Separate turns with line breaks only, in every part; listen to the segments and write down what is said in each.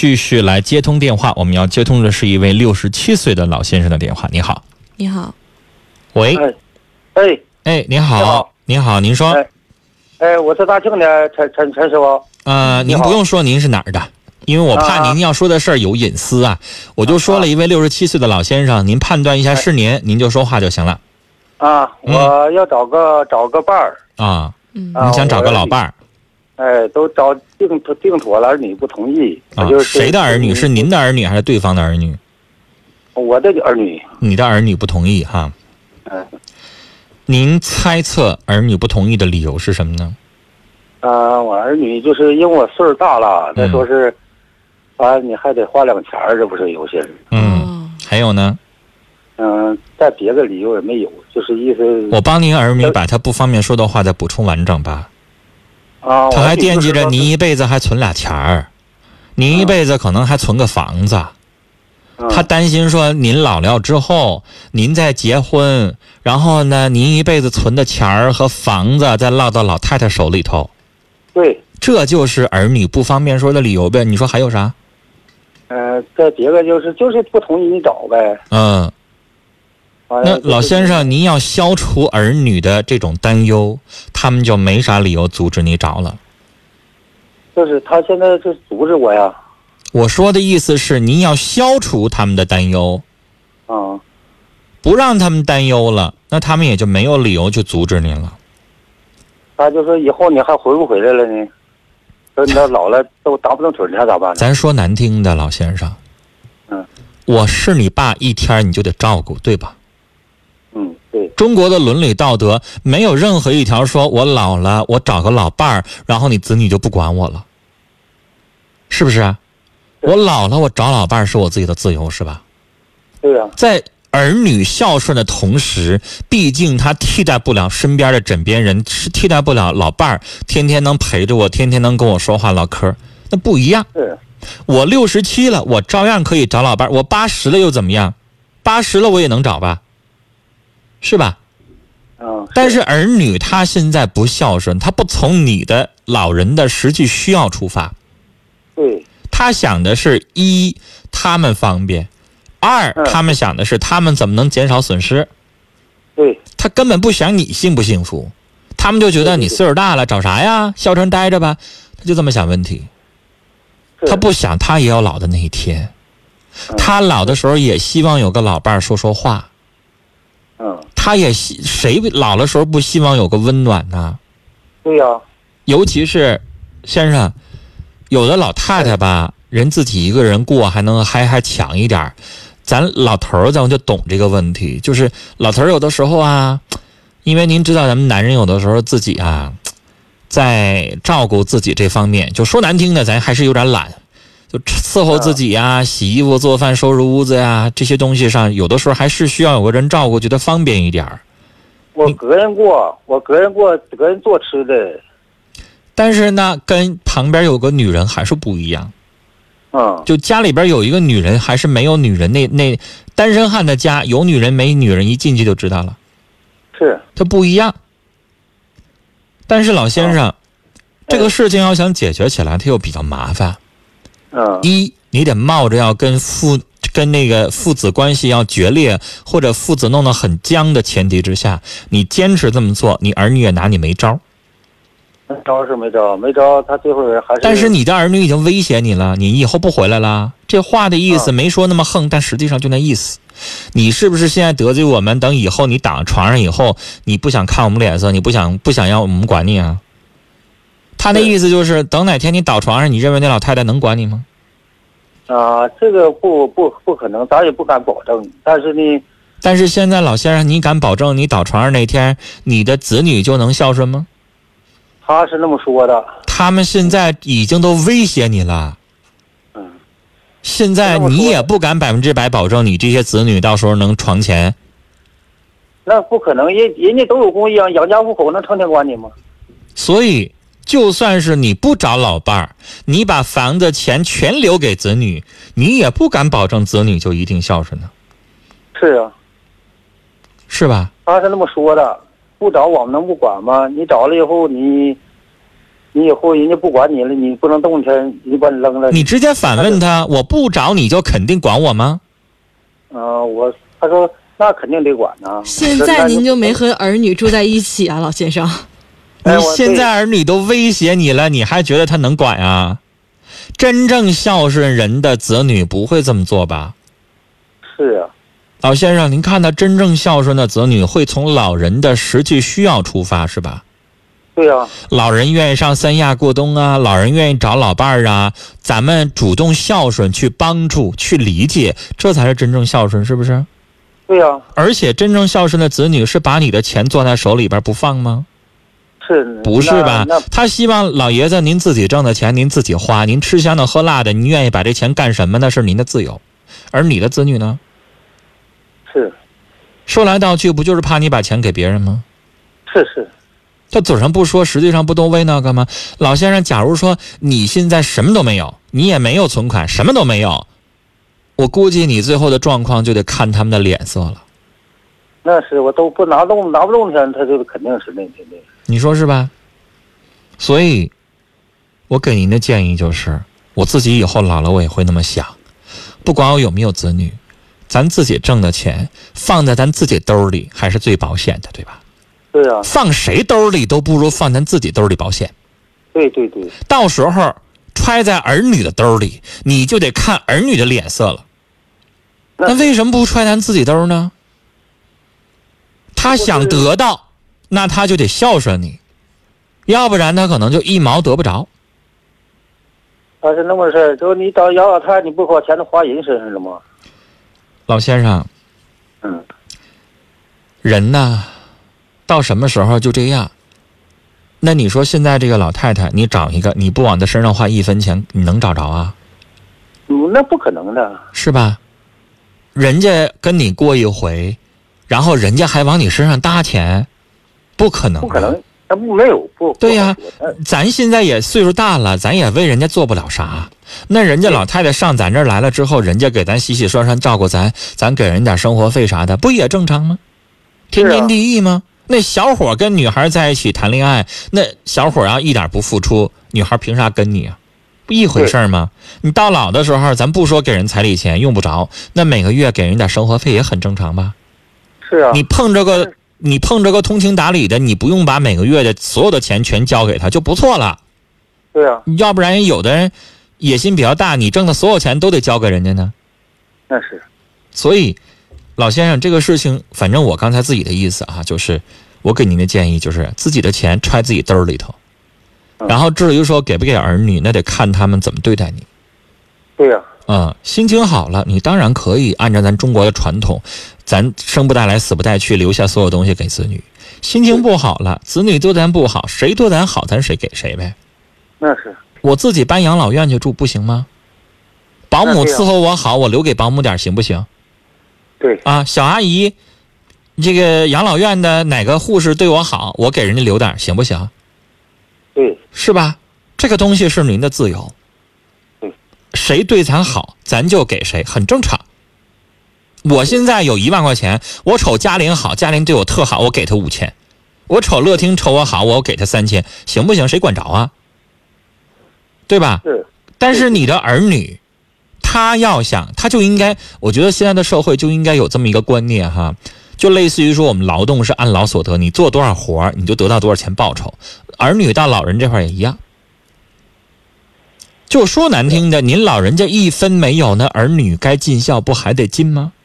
继续来接通电话，我们要接通的是一位六十七岁的老先生的电话。你好，
你好，
喂，
哎，哎，
哎，您
你
好
好，
您好，您说，
哎哎，我是大庆的陈陈陈师傅。
呃，您
你好
不用说您是哪儿的，因为我怕
啊
您要说的事儿有隐私啊，我就说了一位六十七岁的老先生，您判断一下
哎
是您，您就说话就行了
啊，
嗯
我要找个找个伴儿。
啊。
嗯
啊
您想找个老伴儿
哎，都找定妥定妥了，儿女不同意，我
啊
就？是嗯
谁的儿女？是您的儿女还是对方的儿女？
我的儿女。
你的儿女不同意哈、
嗯，
您猜测儿女不同意的理由是什么呢？
啊，我儿女就是因为我岁数大了，
嗯
再说是，完、你还得花两钱儿，这不是有些人。
嗯，
哦
还有呢，
嗯，再别的理由也没有，就是意思
我帮您儿
呃
女把他不方便说的话再补充完整吧。
啊，
他
我
还
的意思
惦记着
是说
您一辈子还存俩钱儿，您一辈子可能还存个房子。
嗯
他担心说您老了之后，您再结婚，然后呢，您一辈子存的钱儿和房子再落到老太太手里头，
对，
这就是儿女不方便说的理由呗。你说还有啥？
嗯、再别的就是就是不同意你找呗。
嗯。
完了
那老先，
就是
生，您要消除儿女的这种担忧，他们就没啥理由阻止你找了。
就是他现在就阻止我呀。
我说的意思是，您要消除他们的担忧，
啊，
不让他们担忧了，那他们也就没有理由去阻止您了。
他就说以后你还回不回来了呢？说你那老了都打不动腿儿，你还咋办呢？
咱说难听的，老先生，
嗯，
我是你爸一天儿你就得照顾，对吧？
嗯，对，
中国的伦理道德没有任何一条说我老了，我找个老伴儿，然后你子女就不管我了，是不是啊？
对
我老了，我找老伴儿是我自己的自由，是吧？
对呀、
在儿女孝顺的同时，毕竟他替代不了身边的枕边人，是替代不了老伴儿，天天能陪着我，天天能跟我说话唠嗑儿，那不一样。
是，
我六十七了，我照样可以找老伴儿；我八十了又怎么样？八十了我也能找吧，是吧？
嗯，
但是儿女他现在不孝顺，他不从你的老人的实际需要出发，
对，
他想的是一他们方便，二
嗯
他们想的是他们怎么能减少损失。
对，
他根本不想你幸不幸福，他们就觉得你岁数大了，找啥呀？孝顺待着吧，他就这么想问题。
是
他不想他也有老的那一天，
嗯
他老的时候也希望有个老伴儿说说话，
嗯，
他也希谁老的时候不希望有个温暖呢？
对呀、
尤其是先生，有的老太太吧，人自己一个人过还能还还强一点儿咱老头儿咱们就懂这个问题，就是老头儿有的时候啊，因为您知道咱们男人有的时候自己啊，在照顾自己这方面，就说难听的，咱还是有点懒。就伺候自己呀、啊洗衣服、做饭、收拾屋子呀、这些东西上，有的时候还是需要有个人照顾，觉得方便一点儿。
我个人过，我个人过，个人做吃的，
但是呢，跟旁边有个女人还是不一样。
嗯，
就家里边有一个女人，还是没有女人那那单身汉的家，有女人没女人，一进去就知道了，
是，
它不一样。但是老先生，这个事情要想解决起来，它又比较麻烦。
嗯，
一，你得冒着要跟父跟那个父子关系要决裂，或者父子弄得很僵的前提之下，你坚持这么做，你儿女也拿你没招儿。
没招是没招，没招，他最后还是，
但是你的儿女已经威胁你了，你以后不回来了。这话的意思
嗯
没说那么横，但实际上就那意思。你是不是现在得罪我们？等以后你躺床上以后，你不想看我们脸色，你不想不想要我们管你啊？他那
对
意思就是，等哪天你倒床上，你认为那老太太能管你吗？
啊，这个不不不可能，咱也不敢保证，但是呢，
但是现在老先生，你敢保证你倒床上那天，你的子女就能孝顺吗？
他是那么说的，
他们现在已经都威胁你了。
嗯，
现在
那我
你
说
也不敢百分之百保证你这些子女到时候能床前，
那不可能，人人家都有工养养家糊口，能成天管你吗？
所以，就算是你不找老伴儿，你把房子钱全留给子女，你也不敢保证子女就一定孝顺呢，
是啊。
是吧？
他是那么说的，不找我们能不管吗？你找了以后你，你以后人家不管你了，你不能动他，人家把你扔了。
你直接反问他，我不找你就肯定管我吗？
嗯、我他说那肯定得管呐、
现在您就没和儿女住在一起啊，老先生。
你
哎我
现在儿女都威胁你了，你还觉得他能管啊？真正孝顺人的子女不会这么做吧？
是啊，
老先生，您看到真正孝顺的子女会从老人的实际需要出发，是吧？
对呀、啊，
老人愿意上三亚过冬啊，老人愿意找老伴儿啊，咱们主动孝顺，去帮助，去理解，这才是真正孝顺，是不是？
对呀、
而且真正孝顺的子女是把你的钱攥在手里边不放吗？
是
不是吧
那？
他希望老爷子您自己挣的钱您自己花，您吃香的喝辣的，您愿意把这钱干什么那是您的自由。而你的子女呢，
那是
说来道去不就是怕你把钱给别人吗？
是是，
他嘴上不说，实际上不都为那个吗？老先生，假如说你现在什么都没有，你也没有存款，什么都没有，我估计你最后的状况就得看他们的脸色了，
那是我都不拿动拿不动他，他就肯定是那那那。
你说是吧？所以，我给您的建议就是，我自己以后老了我也会那么想，不管我有没有子女，咱自己挣的钱放在咱自己兜里还是最保险的，对吧？
对呀、
放谁兜里都不如放咱自己兜里保险。
对对对，
到时候揣在儿女的兜里，你就得看儿女的脸色了。那
那
为什么不揣咱自己兜呢？他想得到，那他就得孝顺你，要不然他可能就一毛得不着。
他是那么回事儿就是你找养老太，你不把钱都花人身上了吗？
老先生，
嗯，
人呐，到什么时候就这样？那你说现在这个老太太，你找一个，你不往她身上花一分钱，你能找着啊？
嗯那不可能的。
是吧？人家跟你过一回，然后人家还往你身上搭钱，不可能，啊
不可能。，那不没有不。
对呀
不好说
咱现在也岁数大了，咱也为人家做不了啥。那人家老太太上咱这儿来了之后，人家给咱洗洗涮涮，照顾咱，咱给人点生活费啥的，不也正常吗？天
是
经
啊
地义吗？那小伙跟女孩在一起谈恋爱，那小伙要一点不付出，女孩凭啥跟你啊？不一回事儿吗？你到老的时候，咱不说给人彩礼钱用不着，那每个月给人点生活费也很正常吧？
是啊，
你碰着个你碰着个通情达理的，你不用把每个月的所有的钱全交给他就不错了。
对呀，
要不然有的人野心比较大，你挣的所有钱都得交给人家呢。
那是
所以，老先生，这个事情，反正我刚才自己的意思啊，就是我给您的建议就是自己的钱揣自己兜儿里头，
嗯
然后至于说给不给儿女，那得看他们怎么对待你。
对呀，
嗯，心情好了，你当然可以按照咱中国的传统，咱生不带来，死不带去，留下所有东西给子女。心情不好了，子女对咱不好，谁对咱好，咱谁给谁呗。
那是
我自己搬养老院去住不行吗？保姆
那对啊
伺候我好，我留给保姆点儿行不行？
对
啊，小阿姨，这个养老院的哪个护士对我好，我给人家留点儿行不行？
对
是吧？这个东西是您的自由
嗯，
谁对咱好，咱就给谁，很正常。我现在有一万块钱，我瞅嘉玲好，嘉玲对我特好，我给她五千；我瞅乐听瞅我好，我给她三千，行不行？谁管着啊？对吧？
是
但是你的儿女，他要想，他就应该，我觉得现在的社会就应该有这么一个观念哈，就类似于说我们劳动是按劳所得，你做多少活儿你就得到多少钱报酬，儿女到老人这块儿也一样。就说难听的，您老人家一分没有，那儿女该尽孝不还得尽吗？
嗯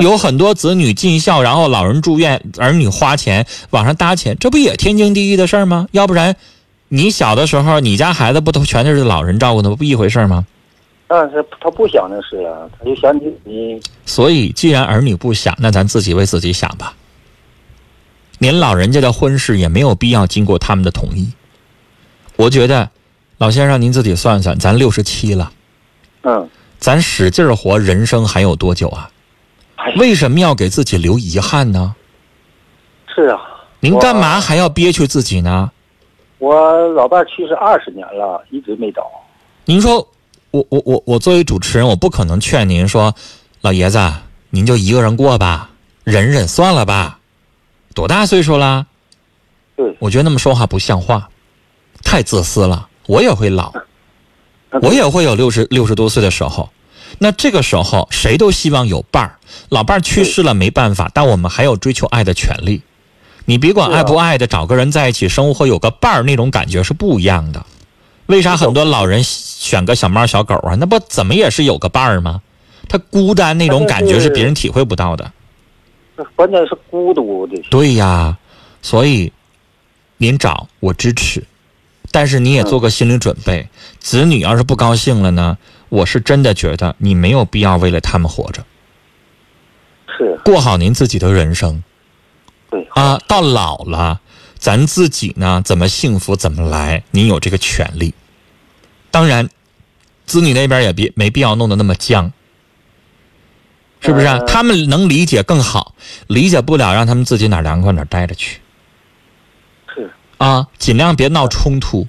有很多子女尽孝，然后老人住院，儿女花钱往上搭钱，这不也天经地义的事儿吗？要不然你小的时候，你家孩子不都全是老人照顾的吗，不一回事儿吗？
但是他不想那是啊，他就想你你
所以，既然儿女不想，那咱自己为自己想吧。您老人家的婚事也没有必要经过他们的同意。我觉得，老先生您自己算算，咱六十七了，
嗯，
咱使劲儿活，人生还有多久啊？
哎呀
为什么要给自己留遗憾呢？
是啊。
您干
我
嘛还要憋屈自己呢？
我老伴儿去世二十年了，一直没找。
您说，我我我我作为主持人，我不可能劝您说，老爷子，您就一个人过吧，忍忍算了吧，多大岁数啦？
对，
我觉得那么说话不像话。太自私了，我也会老，我也会有六十六十多岁的时候。那这个时候，谁都希望有伴儿。老伴儿去世了没办法，但我们还有追求爱的权利。你别管
是啊
爱不爱的，找个人在一起生活，有个伴儿，那种感觉是不一样的。为啥很多老人选个小猫小狗啊？那不怎么也是有个伴儿吗？他孤单那种感觉是别人体会不到的。
关键是孤独的。
对呀，所以您找我支持，但是你也做个心理准备，子女要是不高兴了呢，我是真的觉得你没有必要为了他们活着，
是
过好您自己的人生
对，
啊。到老了，咱自己呢怎么幸福怎么来，您有这个权利。当然，子女那边也别没必要弄得那么僵。是不是、啊
呃？
他们能理解更好，理解不了让他们自己哪儿凉快哪儿待着去。
是
啊，尽量别闹冲突，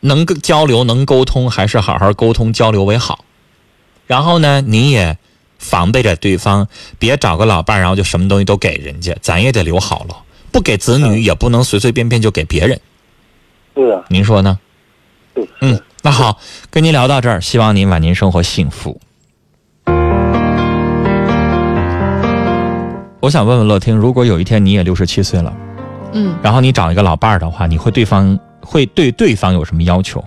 能够交流能沟通，还是好好沟通交流为好。然后呢，你也防备着对方，别找个老伴儿，然后就什么东西都给人家，咱也得留好了，不给子女
嗯
也不能随随便便就给别人，
对呀、啊，
您说呢？
对，是
嗯，那好，跟您聊到这儿，希望您晚年生活幸福。我想问问乐听，如果有一天你也六十七岁了，
嗯，
然后你找一个老伴儿的话，你会对方会对对方有什么要求？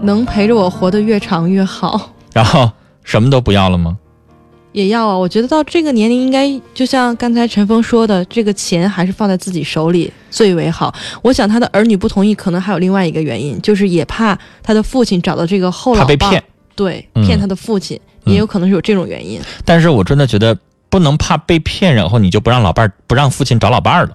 能陪着我活得越长越好。
然后什么都不要了吗？
也要啊，我觉得到这个年龄，应该就像刚才陈峰说的，这个钱还是放在自己手里最为好。我想他的儿女不同意，可能还有另外一个原因，就是也怕他的父亲找到这个后老
怕
伴
被骗。
对，
嗯
骗他的父亲，
嗯
也有可能是有这种原因。
但是我真的觉得不能怕被骗，然后你就不让老伴儿不让父亲找老伴儿了，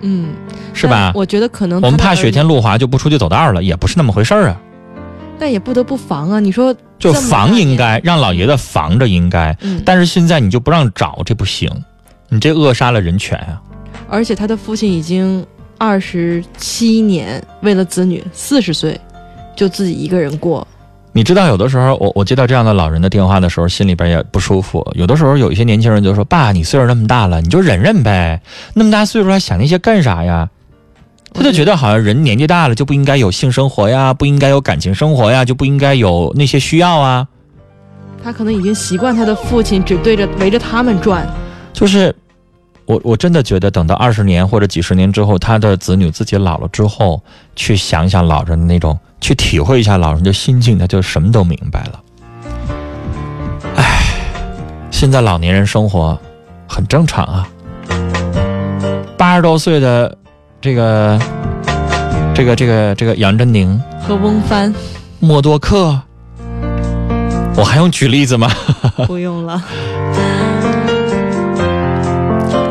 嗯，
是吧
但？我觉得可能
我们
他的
怕
儿
雪天路滑就不出去走道了，也不是那么回事儿啊。
女，但也不得不防啊。你说
就
这么
防
大
应
年，
该让老爷子防着应该，
嗯，
但是现在你就不让找，这不行，你这扼杀了人权啊！
而且他的父亲已经二十七年为了子女，四十岁就自己一个人过。
你知道，有的时候我我接到这样的老人的电话的时候，心里边也不舒服。有的时候有一些年轻人就说：“爸，你岁数那么大了，你就忍忍呗，那么大岁数还想那些干啥呀？”他就觉得好像人年纪大了就不应该有性生活呀，不应该有感情生活呀，就不应该有那些需要啊。
他可能已经习惯他的父亲只对着围着他们转。
就是我我真的觉得，等到二十年或者几十年之后，他的子女自己老了之后，去想想老人的那种，去体会一下老人的心境，他就什么都明白了。唉，现在老年人生活很正常啊，八十多岁的这个这个这个这个杨振宁，
和翁帆
默多克，我还用举例子吗？
不用 了，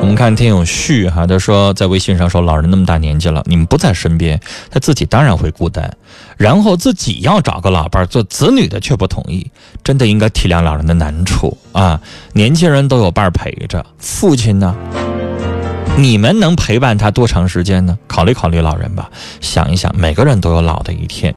我们看听友旭哈，他说在微信上说，老人那么大年纪了，你们不在身边，他自己当然会孤单，然后自己要找个老伴儿，做子女的却不同意，真的应该体谅老人的难处啊！年轻人都有伴儿陪着，父亲呢？你们能陪伴他多长时间呢？考虑考虑老人吧，想一想，每个人都有老的一天。